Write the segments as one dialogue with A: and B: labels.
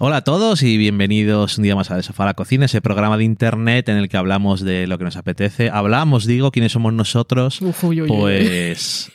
A: Hola a todos y bienvenidos un día más a De Sofá a la Cocina, ese programa de internet en el que hablamos de lo que nos apetece. Hablamos, digo, quiénes somos nosotros.
B: Uf, uy, uy, uy.
A: Pues.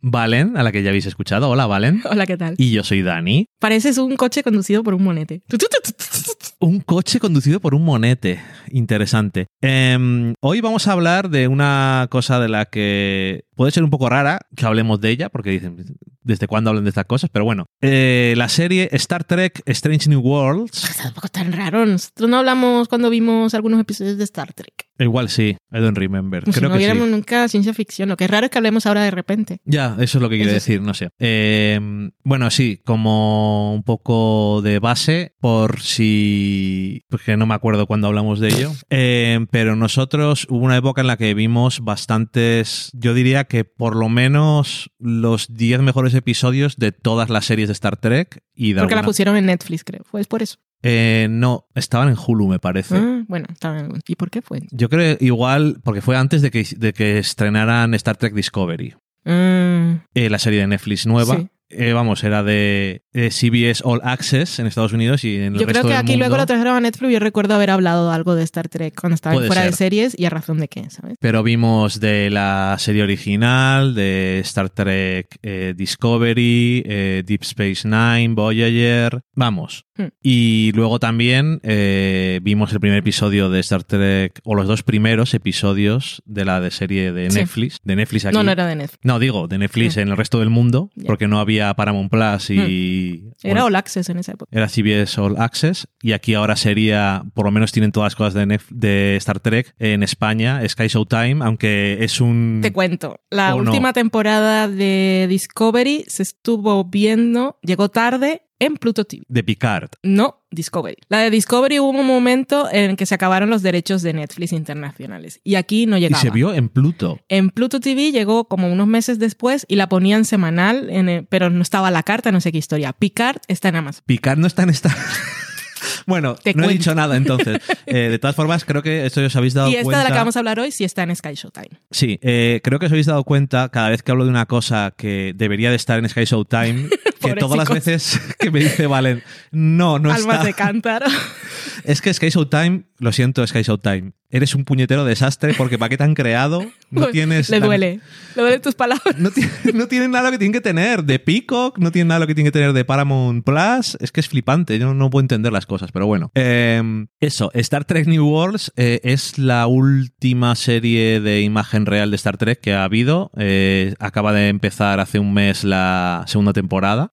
A: Valen, a la que ya habéis escuchado. Hola, Valen.
B: Hola, ¿qué tal?
A: Y yo soy Dani.
B: Pareces un coche conducido por un monete. Tu, tu, tu, tu, tu, tu, tu.
A: Un coche conducido por un monete. Interesante. Em, hoy vamos a hablar de una cosa de la que puede ser un poco rara que hablemos de ella, porque dicen, ¿desde cuándo hablan de estas cosas? Pero bueno, Eh, la serie Star Trek Strange New Worlds.
B: Tampoco tan raro. Nosotros no hablamos cuando vimos algunos episodios de Star Trek.
A: Igual sí, I don't remember.
B: Como Pues si
A: Creo
B: no
A: que sí.
B: viéramos nunca ciencia ficción. Lo que es raro es que hablemos ahora de repente.
A: Ya, eso es lo que quiere
B: Eso sí.
A: decir, no sé. Eh, bueno, sí, como un poco de base, por si. Porque no me acuerdo cuándo hablamos de ello. Eh, pero nosotros hubo una época en la que vimos bastantes. Yo diría que por lo menos los 10 mejores episodios de todas las series de Star Trek y de
B: Porque la
A: alguna-
B: pusieron en Netflix, creo. Fue por eso.
A: Eh, No, estaban en Hulu, me parece.
B: Ah, bueno, estaba en algún- ¿y por qué fue?
A: Yo creo igual, porque fue antes de que, de que estrenaran Star Trek Discovery.
B: Ah,
A: eh, la serie de Netflix nueva.
B: Sí.
A: Eh, vamos, era de eh, CBS All Access en Estados Unidos y en el
B: yo creo
A: resto
B: que
A: del
B: aquí luego
A: mundo.
B: lo trajeron a Netflix. Yo recuerdo haber hablado algo de Star Trek cuando estaba en
A: Puede
B: fuera
A: ser.
B: de series y a razón de qué, ¿sabes?
A: Pero vimos de la serie original, de Star Trek eh, Discovery, eh, Deep Space Nine, Voyager, vamos.
B: Hmm.
A: Y luego también eh, vimos el primer episodio de Star Trek, o los dos primeros episodios de la de serie de
B: Sí.
A: Netflix. De Netflix aquí.
B: No, no era de Netflix.
A: No, digo, de Netflix
B: Hmm.
A: en el resto del mundo,
B: Ya. Hmm.
A: porque no había Paramount Plus y...
B: Era
A: bueno,
B: All Access en esa época.
A: era CBS All Access y aquí ahora sería, por lo menos tienen todas las cosas de, Nef- de Star Trek en España, Sky Showtime, aunque es un...
B: Te cuento, la
A: Mm. ¿O no?
B: última temporada de Discovery se estuvo viendo, llegó tarde en Pluto TV.
A: de Picard.
B: No, Discovery. La de Discovery hubo un momento en el que se acabaron los derechos de Netflix internacionales y aquí no
A: Y
B: llegaba.
A: se vio en Pluto.
B: En Pluto TV llegó como unos meses después y la ponían semanal, en el- pero no estaba la carta, no sé qué historia. Picard está en Amazon.
A: Picard no está en Star... bueno,
B: Te
A: no he
B: cuento.
A: dicho nada entonces. Eh, de todas formas, creo que esto os habéis dado
B: Y esta
A: cuenta...
B: de la que vamos a hablar hoy sí está en Sky Showtime.
A: Sí, eh, creo que os habéis dado cuenta cada vez que hablo de una cosa que debería de estar en Sky Showtime, que todas las
B: Pobrecitos.
A: veces que me dice Valen, no, no
B: Almas
A: está.
B: de cántaro.
A: Es que Sky Showtime, lo siento, Sky Showtime, eres un puñetero desastre porque ¿para qué te han creado? No tienes.
B: Pues, Le
A: la-
B: duele. Le duele tus palabras.
A: No, ti- no tienen nada lo que tienen que tener de Peacock, no tienen nada lo que tienen que tener de Paramount Plus. Es que es flipante, yo no puedo entender las cosas, pero bueno. Eh, eso, Star Trek New Worlds eh, es la última serie de imagen real de Star Trek que ha habido. Eh, acaba de empezar hace un mes la segunda temporada.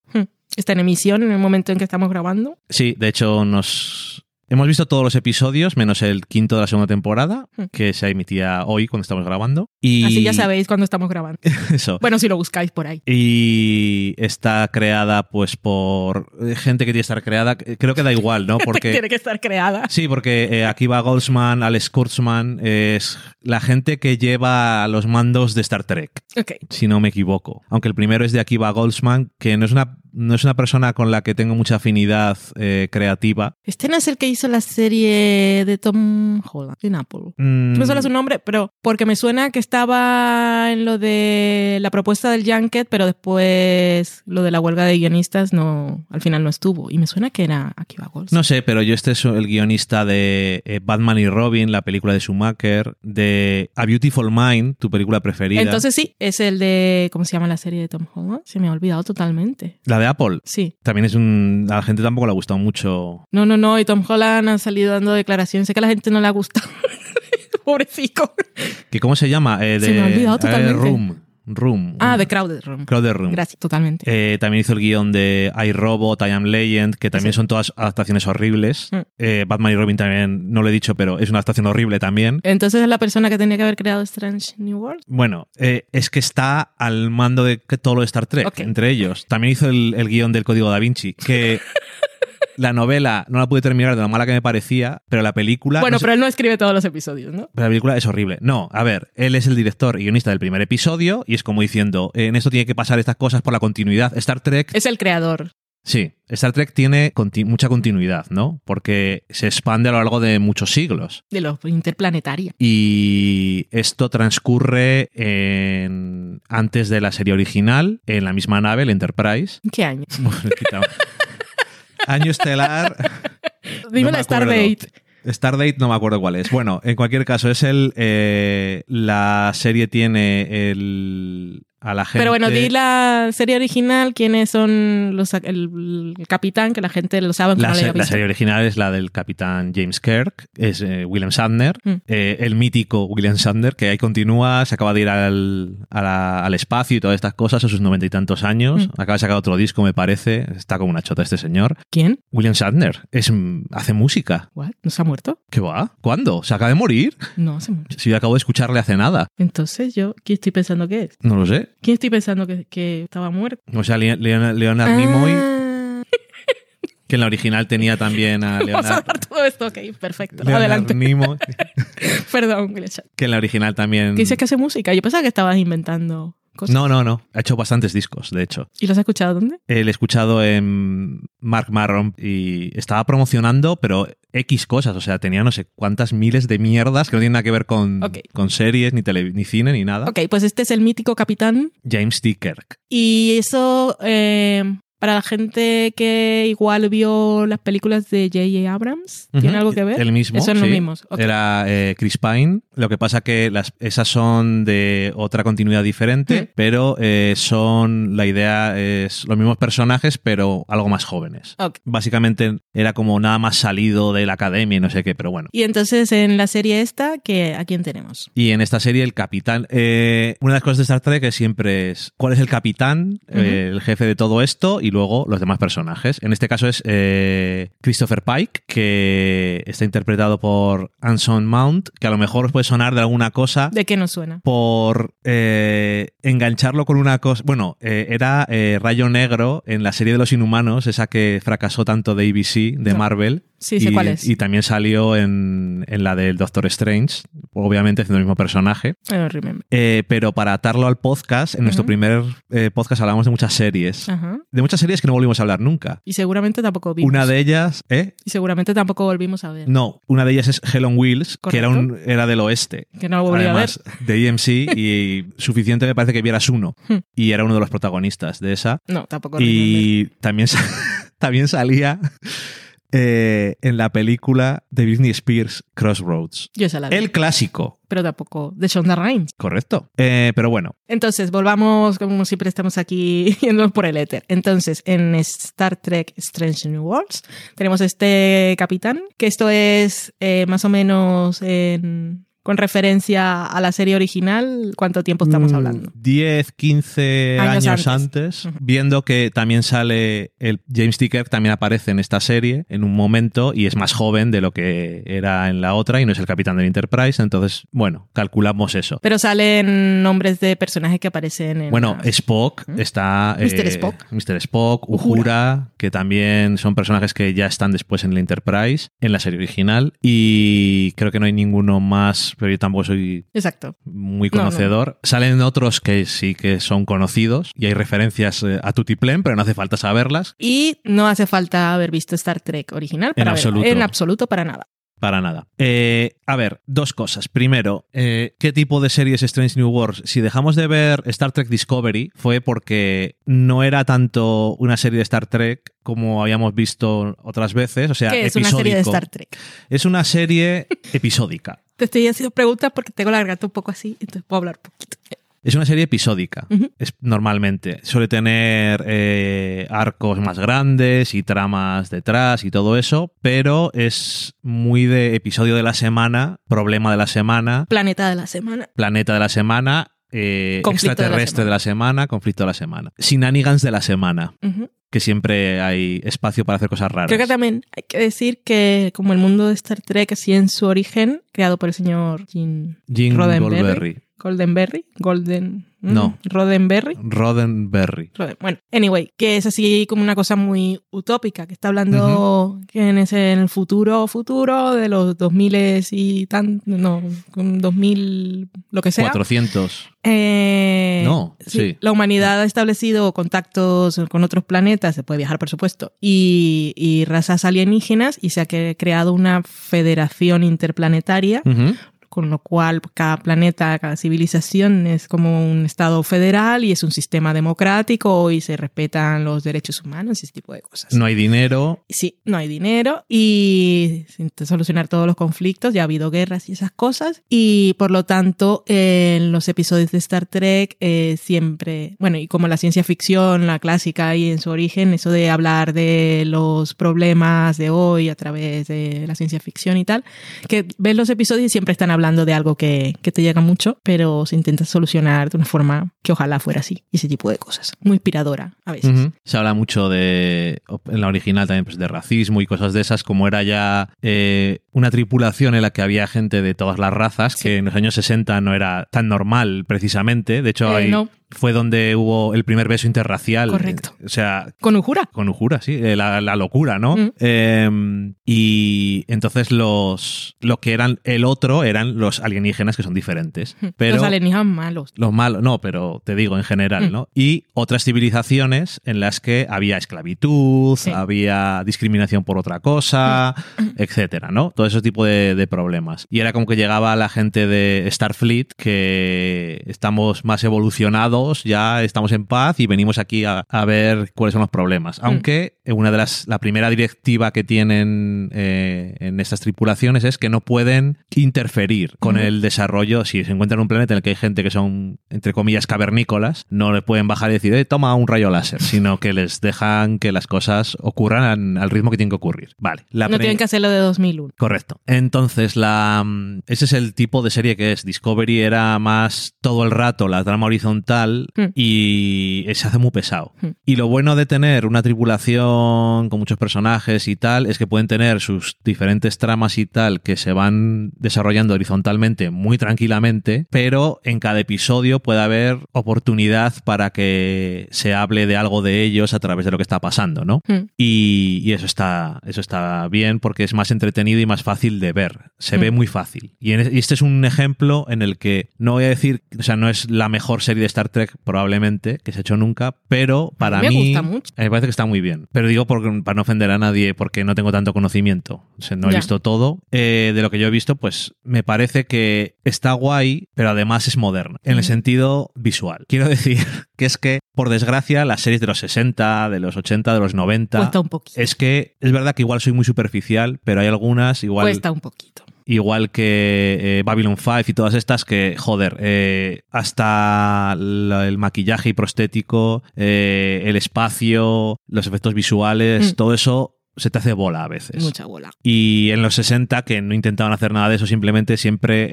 B: Está en emisión en el momento en que estamos grabando.
A: Sí, de hecho nos hemos visto todos los episodios menos el quinto de la segunda temporada
B: Hmm.
A: que se emitía hoy cuando estamos grabando y
B: Así ya sabéis cuando estamos grabando.
A: eso.
B: Bueno, si lo buscáis por ahí.
A: Y está creada pues por eh, gente que tiene que estar creada, creo que da igual, ¿no? Porque
B: Tiene que estar creada.
A: Sí, porque eh, aquí va Goldsman, Alex Kurtzman, eh, es la gente que lleva los mandos de Star Trek
B: Ok.
A: si no me equivoco. Aunque el primero es de Akiva Goldsman, que no es una, no es una persona con la que tengo mucha afinidad eh, creativa.
B: Este no es el que hizo la serie de Tom Holland en Apple.
A: Mm,
B: No me suena su nombre, pero porque me suena que estaba en lo de la propuesta del Junket, pero después lo de la huelga de guionistas no, al final no estuvo. Y me suena que era Akiva Golds.
A: no sé, pero yo este es el guionista de eh, Batman y Robin, la película de Schumacher, de A Beautiful Mind, tu película preferida.
B: Entonces sí, es el de, ¿cómo se llama la serie de Tom Holland? Se me ha olvidado totalmente.
A: la de Apple.
B: Sí.
A: También es un... A la gente tampoco le ha gustado mucho.
B: No, no, no, y Tom Holland ha salido dando declaraciones. Sé que a la gente no le ha gustado. Pobrecito.
A: ¿Que ¿Cómo se llama? Eh, de,
B: Se me ha olvidado
A: eh,
B: totalmente.
A: Room. Room.
B: Ah, de Crowded Room.
A: Crowded Room.
B: Gracias, totalmente.
A: Eh, también hizo el guión de I Robot, I Am Legend, que también
B: Sí.
A: son todas adaptaciones horribles.
B: Mm.
A: Eh, Batman y Robin también, no lo he dicho, pero es una adaptación horrible también.
B: Entonces es la persona que tenía que haber creado Strange New World.
A: Bueno, eh, es que está al mando de que todo lo de Star Trek,
B: Ok.
A: entre ellos. También hizo el, el guión del Código Da Vinci, que la novela no la pude terminar de lo mala que me parecía, pero la película... Ah,
B: bueno,
A: no sé-
B: pero él no escribe todos los episodios, ¿no?
A: pero la película es horrible. No, a ver, él es el director y guionista del primer episodio y es como diciendo, eh, en esto tiene que pasar estas cosas por la continuidad. Star Trek
B: Es el creador.
A: Sí, Star Trek tiene conti- mucha continuidad, ¿no? Porque se expande a lo largo de muchos siglos.
B: de los interplanetaria.
A: Y esto transcurre en- antes de la serie original, en la misma nave, el Enterprise.
B: ¿En ¿Qué año?
A: Bueno, quita- Año estelar.
B: Dime la
A: me
B: Stardate.
A: Stardate no me acuerdo cuál es. Bueno, en cualquier caso, es el. eh, la serie tiene el. A la gente.
B: Pero bueno, di la serie original, quiénes son los, el, el capitán, que la gente lo sabe. aunque
A: La,
B: no lo haya
A: se- la
B: visto.
A: serie original es la del capitán James Kirk, es eh, William Shatner,
B: Mm.
A: eh, el mítico William Shatner, que ahí continúa, se acaba de ir al, a la- al espacio y todas estas cosas a sus noventa y tantos años.
B: Mm.
A: Acaba de sacar otro disco, me parece. Está como una chota este señor.
B: ¿Quién?
A: William Shatner es, mm, hace música.
B: What? ¿No se ha muerto?
A: ¿Qué va? ¿Cuándo? ¿Se acaba de morir?
B: No, se muerto.
A: Si yo acabo de escucharle hace nada.
B: Entonces yo, ¿quién estoy pensando que es?
A: No lo sé.
B: ¿Quién estoy pensando que, que estaba muerto?
A: O sea, Leon- Leon- Leonard Nimoy,
B: Ah,
A: que en la original tenía también a
B: Vamos a
A: Leonard,
B: hablar todo esto, ok, perfecto.
A: Leonard
B: Adelante.
A: Nimoy,
B: Perdón, William Shatner.
A: que en la original también...
B: Que dices que hace música. Yo pensaba que estabas inventando cosas.
A: No, no, no. Ha hecho bastantes discos, de hecho.
B: ¿Y los has escuchado dónde?
A: El escuchado en Mark Maron y estaba promocionando, pero X cosas. O sea, tenía no sé cuántas miles de mierdas que no tienen nada que ver con,
B: Ok.
A: con series, ni, tele, ni cine, ni nada.
B: Ok, pues este es el mítico capitán.
A: James T. Kirk.
B: Y eso, eh, para la gente que igual vio las películas de J.J. Abrams, ¿tiene
A: Ujú.
B: algo que ver?
A: El mismo.
B: Son los
A: sí.
B: mismos. ok.
A: Era eh, Chris Pine. Lo que pasa que las, esas son de otra continuidad diferente,
B: Mm.
A: pero eh, son. La idea es los mismos personajes, pero algo más jóvenes.
B: Ok.
A: Básicamente era como nada más salido de la academia y no sé qué, pero bueno.
B: Y entonces en la serie esta, que ¿a quién tenemos?
A: Y en esta serie, el capitán. eh, una de las cosas de Star Trek que siempre es cuál es el capitán,
B: Ujú.
A: eh, el jefe de todo esto, y luego los demás personajes. En este caso es eh, Christopher Pike, que está interpretado por Anson Mount, que a lo mejor os puede sonar de alguna cosa.
B: ¿De qué nos suena?
A: por eh, engancharlo con una cosa. Bueno, eh, era eh, Rayo Negro en la serie de los Inhumanos, esa que fracasó tanto de ABC, de
B: No.
A: Marvel.
B: Sí, sé
A: y,
B: cuál es.
A: y también salió en, en la del Doctor Strange, obviamente haciendo el mismo personaje.
B: I don't remember.
A: Eh, pero para atarlo al podcast, en nuestro
B: Ujú.
A: primer eh, podcast hablamos de muchas series.
B: Ajá.
A: De muchas series que no volvimos a hablar nunca.
B: Y seguramente tampoco vimos.
A: Una de ellas, ¿eh?
B: Y seguramente tampoco volvimos a ver.
A: No, una de ellas es Helen Wheels, que era,
B: Correcto.
A: un, era del oeste.
B: Que no lo
A: Mm,
B: volví
A: Además, de EMC y suficiente me parece que vieras uno.
B: Hmm.
A: Y era uno de los protagonistas de esa.
B: a ver. No, tampoco remember.
A: Y también, sa- también salía eh, en la película de Britney Spears, Crossroads.
B: Yo esa la vi,
A: El clásico,
B: pero tampoco. De Shonda Rhimes.
A: correcto. Eh, pero bueno,
B: Entonces, volvamos, como siempre estamos aquí yéndonos por el éter. Entonces, en Star Trek Strange New Worlds tenemos este capitán, que esto es eh, más o menos en- con referencia a la serie original, cuánto tiempo Pues estamos
A: mm,
B: hablando.
A: 10, 15
B: Años
A: años,
B: antes.
A: antes,
B: Ujú.
A: viendo que también sale el James T. Kirk, también aparece en esta serie en un momento y es más joven de lo que era en la otra y no es el capitán del Enterprise. Entonces, bueno, calculamos eso.
B: Pero salen nombres de personajes que aparecen en...
A: Bueno,
B: la-
A: Spock
B: ¿Mm?
A: está.
B: Mr. Spock.
A: Mr. Spock, Uhura, que también son personajes que ya están después en la Enterprise, en la serie original. Y creo que no hay ninguno más, pero yo tampoco soy
B: Exacto.
A: muy
B: No, no.
A: conocedor. Salen otros que sí que son conocidos y hay referencias eh, a Tutiplén, pero no hace falta saberlas
B: Y no hace falta haber visto Star Trek original para verlo.
A: absoluto.
B: En absoluto, para nada.
A: para nada. Eh, a ver, dos cosas. Primero, eh, ¿qué tipo de series Strange New Worlds? Si dejamos de ver Star Trek Discovery fue porque no era tanto una serie de Star Trek como habíamos visto otras veces, o sea,
B: que es una serie de
A: episódico.
B: Star Trek.
A: Es una serie episódica.
B: Te estoy haciendo preguntas porque tengo la garganta un poco así, entonces puedo hablar poquito.
A: Es una serie episódica,
B: Ujú.
A: es, normalmente. Suele tener eh, arcos más grandes y tramas detrás y todo eso, pero es muy de episodio de la semana, problema de la semana,
B: Planeta de la semana.
A: planeta de la semana, eh,
B: Conflicto de la
A: extraterrestre
B: semana.
A: de la, semana, conflicto de la semana. Sinanigans de la semana,
B: Ujú.
A: que siempre hay espacio para hacer cosas raras.
B: Creo que también hay que decir que como el mundo de Star Trek así en su origen, creado por el señor Gene
A: Jim
B: Roddenberry.
A: Goldberry.
B: Goldenberry, Golden... mm,
A: No.
B: Roddenberry.
A: Roddenberry.
B: Roden- Bueno, anyway, que es así como una cosa muy utópica, que está hablando que en, ese, en el futuro, futuro de los 2000 y tan, no, con 2000, lo que sea.
A: 400.
B: Eh,
A: No, sí.
B: La humanidad ha establecido contactos con otros planetas, se puede viajar por supuesto, y, y
A: Mm.
B: razas alienígenas, y se ha cre- creado una federación interplanetaria
A: Ujú.
B: con lo cual cada planeta, cada civilización es como un estado federal y es un sistema democrático y se respetan los derechos humanos y ese tipo de cosas.
A: No hay dinero.
B: Sí, no hay dinero y sin solucionar todos los conflictos, ya ha habido guerras y esas cosas y por lo tanto en los episodios de Star Trek eh, siempre, bueno, y como la ciencia ficción, la clásica y en su origen, eso de hablar de los problemas de hoy a través de la ciencia ficción y tal, que ves los episodios y siempre están hablando de algo que, que te llega mucho, pero se intenta solucionar de una forma que ojalá fuera así, y ese tipo de cosas. Muy inspiradora a veces.
A: Ujú. Se habla mucho de, en la original también, pues de racismo y cosas de esas, como era ya eh, una tripulación en la que había gente de todas las razas, que en los años 60 no era tan normal precisamente. De hecho,
B: Eh,
A: ahí
B: no.
A: fue donde hubo el primer beso interracial.
B: Correcto.
A: O sea,
B: Con Ujura.
A: con lujura, sí, eh, la, la locura, ¿no?
B: Mm.
A: Eh, y entonces los, los que eran el otro eran los alienígenas que son diferentes. Pero
B: Los alienígenas malos.
A: los malos, no, pero te digo en general,
B: Mm.
A: ¿no? Y otras civilizaciones en las que había esclavitud,
B: Sí. Mm.
A: había discriminación por otra cosa, etcétera, ¿no? Todo ese tipo de, de problemas. Y era como que llegaba la gente de Starfleet que estamos más evolucionados, ya estamos en paz y venimos aquí a, a ver cuáles son los problemas.
B: Mm.
A: Aunque eh, una de las, la primera directiva que tienen eh, en estas tripulaciones es que no pueden interferir con
B: Ujú.
A: el el desarrollo, si se encuentran en un planeta en el que hay gente que son, entre comillas, cavernícolas, no le pueden bajar y decir, eh, toma un rayo láser, sino que les dejan que las cosas ocurran al ritmo que tienen que ocurrir. Vale. La
B: no
A: pre-
B: tienen que hacer lo de 2001.
A: Correcto. Entonces, la, mm, ese es el tipo de serie que es. Discovery era más todo el rato la trama horizontal
B: Hmm.
A: y se hace muy pesado.
B: Hmm.
A: Y lo bueno de tener una tripulación con muchos personajes y tal es que pueden tener sus diferentes tramas y tal que se van desarrollando horizontalmente muy tranquilamente, pero en cada episodio puede haber oportunidad para que se hable de algo de ellos a través de lo que está pasando, ¿no?
B: Mm.
A: Y, y eso está eso está bien porque es más entretenido y más fácil de ver. Se
B: Mm.
A: ve muy fácil. Y, en- y este es un ejemplo en el que no voy a decir, o sea, no es la mejor serie de Star Trek probablemente que se ha hecho nunca, pero para
B: me
A: mí
B: gusta mucho.
A: eh, me parece que está muy bien. Pero digo por- para no ofender a nadie porque no tengo tanto conocimiento. O sea, no he
B: Ya.
A: visto todo. Eh, de lo que yo he visto, pues me parece que está guay, pero además es moderna en el
B: Mm.
A: sentido visual. Quiero decir que es que, por desgracia, las series de los 60, de los 80, de los 90
B: Cuesta un poquito.
A: es que es verdad que igual soy muy superficial, pero hay algunas, igual,
B: Cuesta un poquito.
A: igual que eh, Babylon 5 y todas estas, que, joder, eh, hasta la- el maquillaje y prostético, eh, el espacio, los efectos visuales,
B: Mm.
A: todo eso se te hace bola a veces.
B: Mucha bola.
A: Y en los 60, que no intentaban hacer nada de eso, simplemente siempre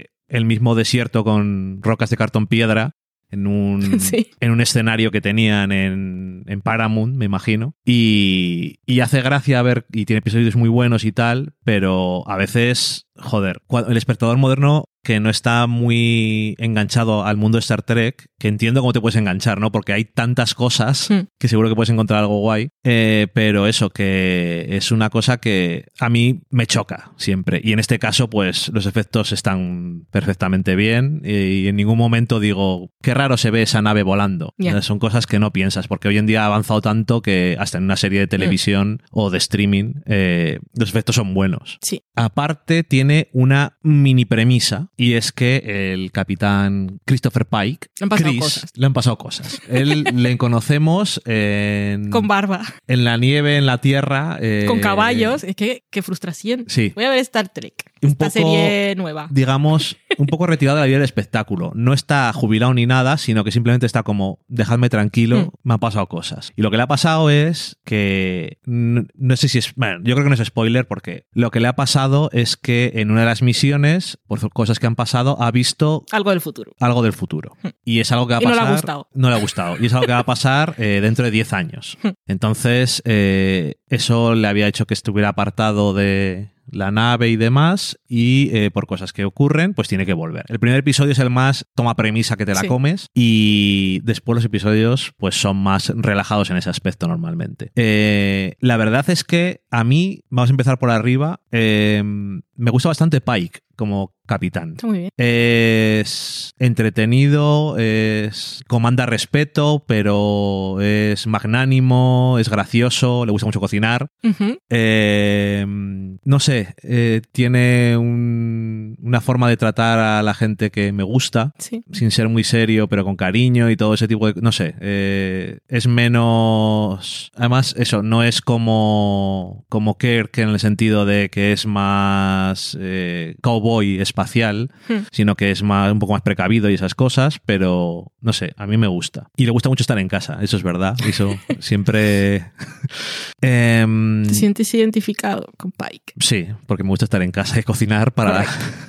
A: eh, el mismo desierto con rocas de cartón piedra. En un,
B: Sí.
A: en un escenario que tenían en, en Paramount, me imagino. Y, y hace gracia ver, y tiene episodios muy buenos y tal, pero a veces, joder, cua- el espectador moderno que no está muy enganchado al mundo de Star Trek, que entiendo cómo te puedes enganchar, ¿no? Porque hay tantas cosas
B: Mm.
A: que seguro que puedes encontrar algo guay, eh, pero eso, que es una cosa que a mí me choca siempre. Y en este caso, pues los efectos están perfectamente bien y en ningún momento digo, qué raro se ve esa nave volando.
B: Ya.
A: Eh, Son cosas que no piensas, porque hoy en día ha avanzado tanto que hasta en una serie
B: Mm.
A: de televisión o de streaming, eh, los efectos son buenos.
B: Sí.
A: Aparte, tiene una mini premisa y es que el capitán Christopher Pike,
B: Le han pasado
A: Chris,
B: cosas.
A: le han pasado cosas. Él le conocemos en,
B: Con barba,
A: en la nieve, en la tierra. Mm. eh,
B: con caballos. Es que, qué frustración.
A: Sí.
B: Voy a ver Star Trek.
A: Un
B: esta
A: poco-
B: serie nueva.
A: Digamos, un poco retirado de la vida del espectáculo. No está jubilado ni nada, sino que simplemente está como, dejadme tranquilo,
B: Mm.
A: me han pasado cosas. Y lo que le ha pasado es que, n- no sé si es, bueno, yo creo que no es spoiler porque lo que le ha pasado es que en una de las misiones, por cosas que han pasado, ha visto
B: Algo del futuro.
A: algo del futuro. Y es algo que va a
B: Hmm. Y no le ha
A: pasar.
B: gustado.
A: no le ha gustado. Y es algo que va a pasar eh, dentro de 10 años.
B: Hmm.
A: Entonces, eh, eso le había hecho que estuviera apartado de la nave y demás. Y eh, por cosas que ocurren, pues tiene que volver. El primer episodio es el más toma premisa que te la
B: Sí.
A: comes. Y después los episodios, pues son más relajados en ese aspecto normalmente. Eh, la verdad es que a mí, vamos a empezar por arriba. eh, me gusta bastante Pike como capitán.
B: Está muy bien.
A: Es entretenido, es comanda respeto, pero es magnánimo, es gracioso, le gusta mucho cocinar.
B: Ujú.
A: Eh, no sé, eh, tiene un- una forma de tratar a la gente que me gusta,
B: Sí.
A: sin ser muy serio, pero con cariño y todo ese tipo de... No sé, eh, es menos... Además, eso, no es como, como Kirk en el sentido de que es más eh, cowboy espacial,
B: Hmm.
A: sino que es más, un poco más precavido y esas cosas, pero no sé, a mí me gusta. Y le gusta mucho estar en casa, eso es verdad, eso siempre... Em,
B: Te sientes identificado con Pike.
A: sí, porque me gusta estar en casa y cocinar para...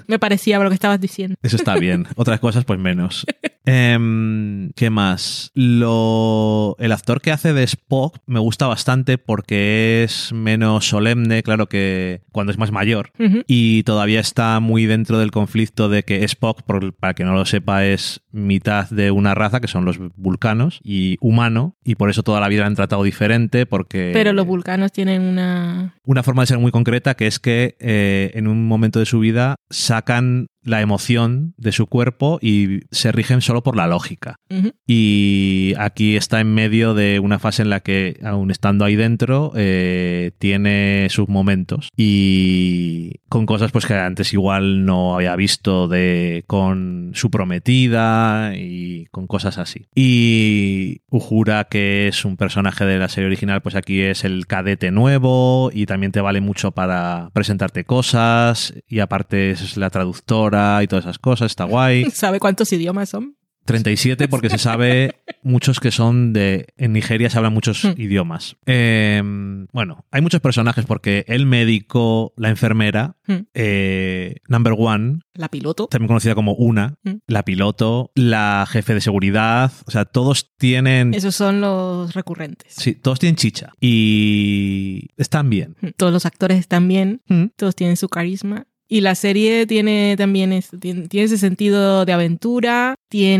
B: Me parecía lo que estabas diciendo.
A: Eso está bien. Otras cosas, pues menos. Em, ¿Qué más? Lo, el actor que hace de Spock me gusta bastante porque es menos solemne, claro que cuando es más mayor.
B: Ujú.
A: Y todavía está muy dentro del conflicto de que Spock, por- para que no lo sepa, es mitad de una raza que son los vulcanos y humano, y por eso toda la vida la han tratado diferente porque
B: Pero los vulcanos tienen una...
A: una forma de ser muy concreta, que es que eh, en un momento de su vida sacan la emoción de su cuerpo y se rigen solo por la lógica.
B: Ujú.
A: Y aquí está en medio de una fase en la que, aún estando ahí dentro, eh, tiene sus momentos. Y con cosas pues que antes igual no había visto de con su prometida y con cosas así. Y Uhura, que es un personaje de la serie original, pues aquí es el cadete nuevo y también te vale mucho para presentarte cosas. Y aparte es la traductora y todas esas cosas, está guay.
B: ¿Sabe cuántos idiomas son?
A: 37 porque se sabe muchos que son de... En Nigeria se hablan muchos
B: Hmm.
A: idiomas. Eh, bueno, hay muchos personajes porque el médico, la enfermera,
B: Hmm.
A: eh, Number One,
B: La piloto.
A: también conocida como Una,
B: Hmm.
A: la piloto, la jefe de seguridad, o sea, todos tienen...
B: Esos son los recurrentes.
A: Sí, todos tienen chicha y están bien.
B: Todos los actores están bien,
A: Hmm.
B: todos tienen su carisma. Y la serie tiene también es- tiene, tiene ese sentido de aventura,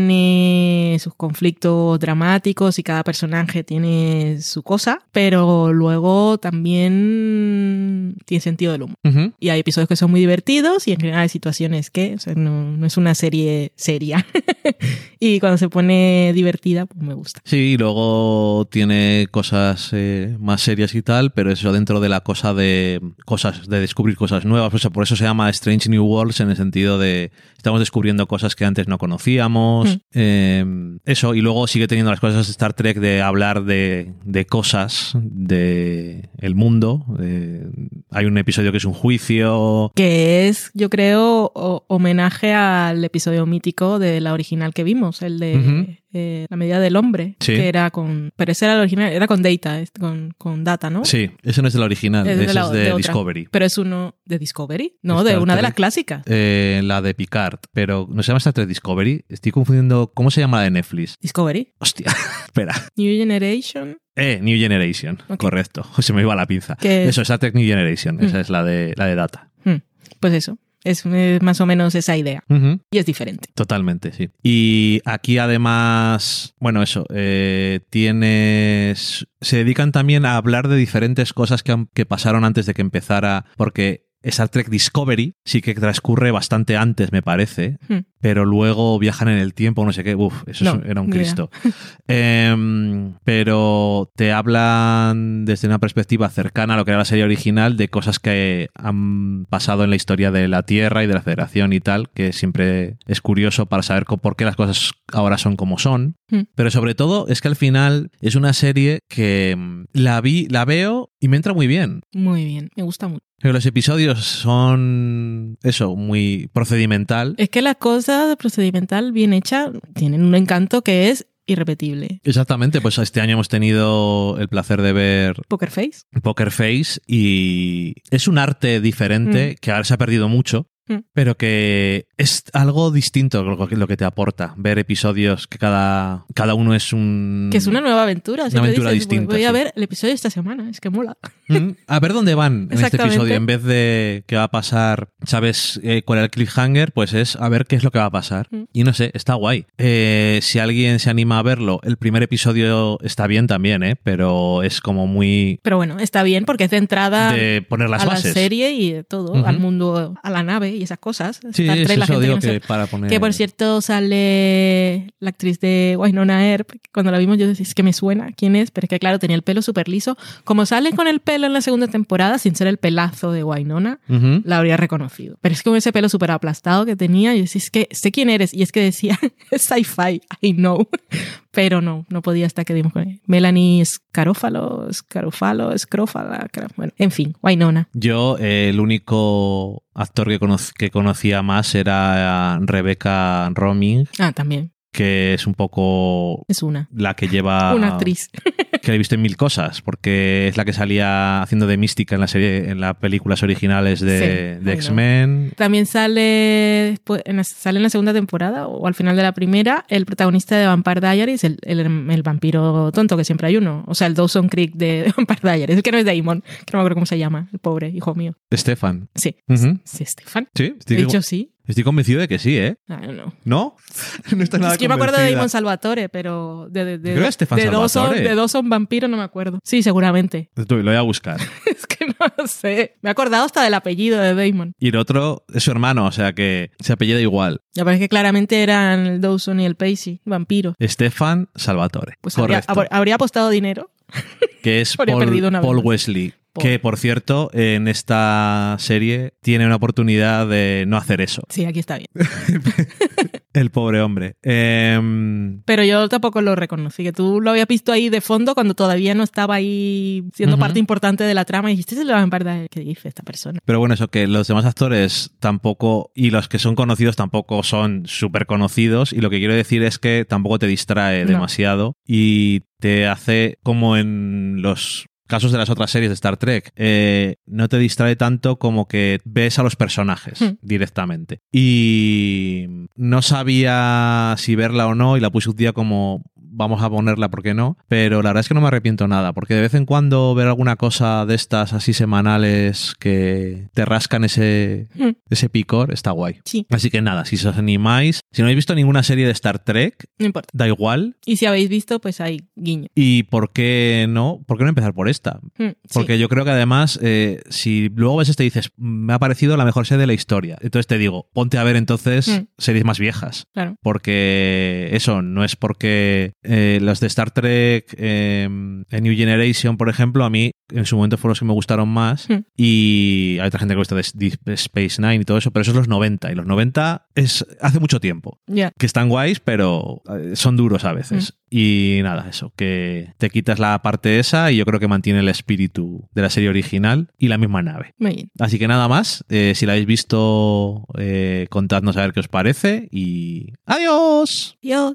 B: tiene sus conflictos dramáticos y cada personaje tiene su cosa, pero luego también tiene sentido del humor.
A: Ujú.
B: Y hay episodios que son muy divertidos y en general hay situaciones que, o sea, no, no es una serie seria. y cuando se pone divertida, pues me gusta.
A: Sí, y luego tiene cosas eh, más serias y tal, pero eso dentro de la cosa de cosas, de descubrir cosas nuevas. O sea, por eso se llama Strange New Worlds en el sentido de estamos descubriendo cosas que antes no conocíamos.
B: Mm.
A: eh, eso, y luego sigue teniendo las cosas de Star Trek de hablar de, de cosas, de el mundo. eh, hay un episodio que es un juicio.
B: Que es, yo creo, o- homenaje al episodio mítico de la original que vimos, el de
A: Ujú.
B: eh, La medida del hombre,
A: Sí.
B: que era con... Pero ese era el original, era con Data, es- con, con Data, ¿no?
A: Sí, ese no es de la original,
B: Es de
A: ese
B: la-
A: es de,
B: de otra.
A: Discovery.
B: Pero es uno de Discovery, no, de
A: Star
B: una de
A: Trek.
B: las clásicas.
A: Eh, la de Picard, pero no se llama Star Trek Discovery. Estoy confundiendo. ¿Cómo se llama la de Netflix?
B: Discovery.
A: Hostia, espera.
B: New Generation.
A: Eh, New Generation,
B: Ok.
A: correcto. Se me iba la pinza.
B: Que es-
A: Eso, Star Trek New Generation.
B: Mm.
A: Esa es la de, la de Data.
B: Pues eso, es eh, más o menos esa idea.
A: Ujú.
B: Y es diferente.
A: Totalmente, sí. Y aquí además, bueno, eso, eh, tienes... Se dedican también a hablar de diferentes cosas que, han- que pasaron antes de que empezara, porque Star Trek Discovery sí que transcurre bastante antes, me parece,
B: Hmm.
A: pero luego viajan en el tiempo, no sé qué, uff, eso es
B: No,
A: un- era un
B: ni idea.
A: Cristo. Em, pero te hablan desde una perspectiva cercana a lo que era la serie original de cosas que han pasado en la historia de la Tierra y de la Federación y tal, que siempre es curioso para saber co- por qué las cosas ahora son como son.
B: Hmm.
A: Pero sobre todo es que al final es una serie que mm, la vi, la veo y me entra muy bien.
B: Muy bien, me gusta mucho.
A: Pero Los episodios son eso, muy procedimental.
B: Es que la cosa procedimental bien hecha tienen un encanto que es irrepetible.
A: Exactamente, pues este año hemos tenido el placer de ver
B: Poker Face.
A: Poker Face y es un arte diferente que ahora se ha perdido mucho.
B: Mm.
A: pero que es algo distinto lo que, lo que te aporta ver episodios que cada, cada uno es un...
B: Que es una nueva aventura. siempre
A: aventura
B: dices,
A: distinta,
B: Voy a
A: sí.
B: ver el episodio de esta semana, es que mola.
A: Mm, A ver dónde van en este
B: Exactamente.
A: episodio. En vez de que va a pasar, ¿sabes eh, cuál era el cliffhanger? Pues es a ver qué es lo que va a pasar.
B: Mm.
A: Y no sé, está guay. Eh, si alguien se anima a verlo, el primer episodio está bien también, ¿eh? Pero es como muy
B: Pero bueno, está bien porque es de entrada
A: de poner las
B: a
A: bases.
B: la serie y de todo,
A: Ujú.
B: al mundo, a la nave y esas cosas.
A: Sí,
B: Star Trek,
A: es
B: la
A: eso
B: gente
A: digo
B: no
A: que
B: sabe.
A: para poner...
B: Que por cierto sale la actriz de Wynonna Earp. que Cuando la vimos yo decía, es que me suena, ¿quién es? Pero es que claro, tenía el pelo súper liso. Como sale con el pelo en la segunda temporada, sin ser el pelazo de Wynonna,
A: Ujú.
B: la habría reconocido. Pero es que con ese pelo súper aplastado que tenía, yo decía, es que sé quién eres. Y es que decía, es sci-fi, I know. Pero no, no podía hasta que dimos con él. Melanie Scarofalo, Scarofalo, Scrofala, Scar- bueno, en fin, Wynonna.
A: Yo, eh, el único actor que, conoc- que conocía más era eh, Rebecca Roming,
B: Ah, también,
A: que es un poco
B: es una.
A: la que lleva...
B: Una actriz.
A: que la he visto en mil cosas, porque es la que salía haciendo de mística en la serie, en las películas originales
B: Sí,
A: de,
B: ay,
A: de
B: no.
A: X-Men.
B: También sale, después- en la, sale en la segunda temporada o al final de la primera el protagonista de Vampire Diaries, el, el, el vampiro tonto que siempre hay uno. O sea, el Dawson Creek de Vampire Diaries, el que no es Damon, que no me acuerdo cómo se llama, el pobre hijo mío.
A: Stefan.
B: Sí,
A: Ujú.
B: sí, Stefan.
A: Sí,
B: De
A: estoy,
B: hecho, sí.
A: estoy convencido de que sí, ¿eh?
B: Ah, no.
A: ¿No? No está nada
B: Es que yo me acuerdo de
A: convencida.
B: Damon Salvatore, pero de, de, de,
A: Yo creo que Stefan
B: de Dawson,
A: Salvatore.
B: de Dawson Vampiro no me acuerdo. Sí, seguramente.
A: Tú, Lo voy a buscar.
B: Es que no sé. Me he acordado hasta del apellido de Damon.
A: Y el otro es su hermano, o sea que se apellida igual.
B: Ya parece que claramente eran el Dawson y el Pacey, vampiros.
A: Stefan Salvatore.
B: Pues habría,
A: Correcto.
B: habr- habría apostado dinero.
A: que es
B: habría
A: Paul,
B: perdido una vez
A: Paul
B: más.
A: Wesley.
B: Paul.
A: Que, por cierto, en esta serie tiene una oportunidad de no hacer eso.
B: Sí, aquí está bien.
A: El pobre hombre. Em,
B: Pero yo tampoco lo reconocí, que tú lo habías visto ahí de fondo cuando todavía no estaba ahí siendo
A: Ujú.
B: parte importante de la trama y dijiste, se lo van a perder. ¿Qué dice esta persona?
A: Pero bueno, eso que los demás actores tampoco, y los que son conocidos tampoco son súper conocidos, y lo que quiero decir es que tampoco te distrae
B: No.
A: demasiado y te hace como en los casos de las otras series de Star Trek, eh, no te distrae tanto como que ves a los personajes
B: Hmm.
A: directamente. Y no sabía si verla o no, y la puse un día como vamos a ponerla, ¿por qué no? Pero la verdad es que no me arrepiento nada, porque de vez en cuando ver alguna cosa de estas así semanales que te rascan ese,
B: Mm.
A: ese picor está guay.
B: Sí,
A: Así que nada, si os animáis, si no habéis visto ninguna serie de Star Trek,
B: no importa.
A: da igual.
B: Y si habéis visto, pues hay guiño.
A: ¿Y por qué no? ¿Por qué no empezar por esta?
B: Mm, sí.
A: Porque yo creo que además, eh, si luego ves este y dices, me ha parecido la mejor serie de la historia, entonces te digo, ponte a ver entonces
B: Mm.
A: series más viejas.
B: Claro.
A: Porque eso, no es porque eh, las de Star Trek, eh, en New Generation, por ejemplo, a mí en su momento fueron los que me gustaron más.
B: Mm.
A: Y hay otra gente que gusta de S- Deep Space Nine y todo eso, pero eso es los 90. Y los 90 es hace mucho tiempo.
B: Ya.
A: Que están guays, pero eh, son duros a veces. Y nada, eso, que te quitas la parte esa y yo creo que mantiene el espíritu de la serie original y la misma nave.
B: Muy bien.
A: Así que nada más, eh, si la habéis visto, eh, contadnos a ver qué os parece y adiós.
B: Yo.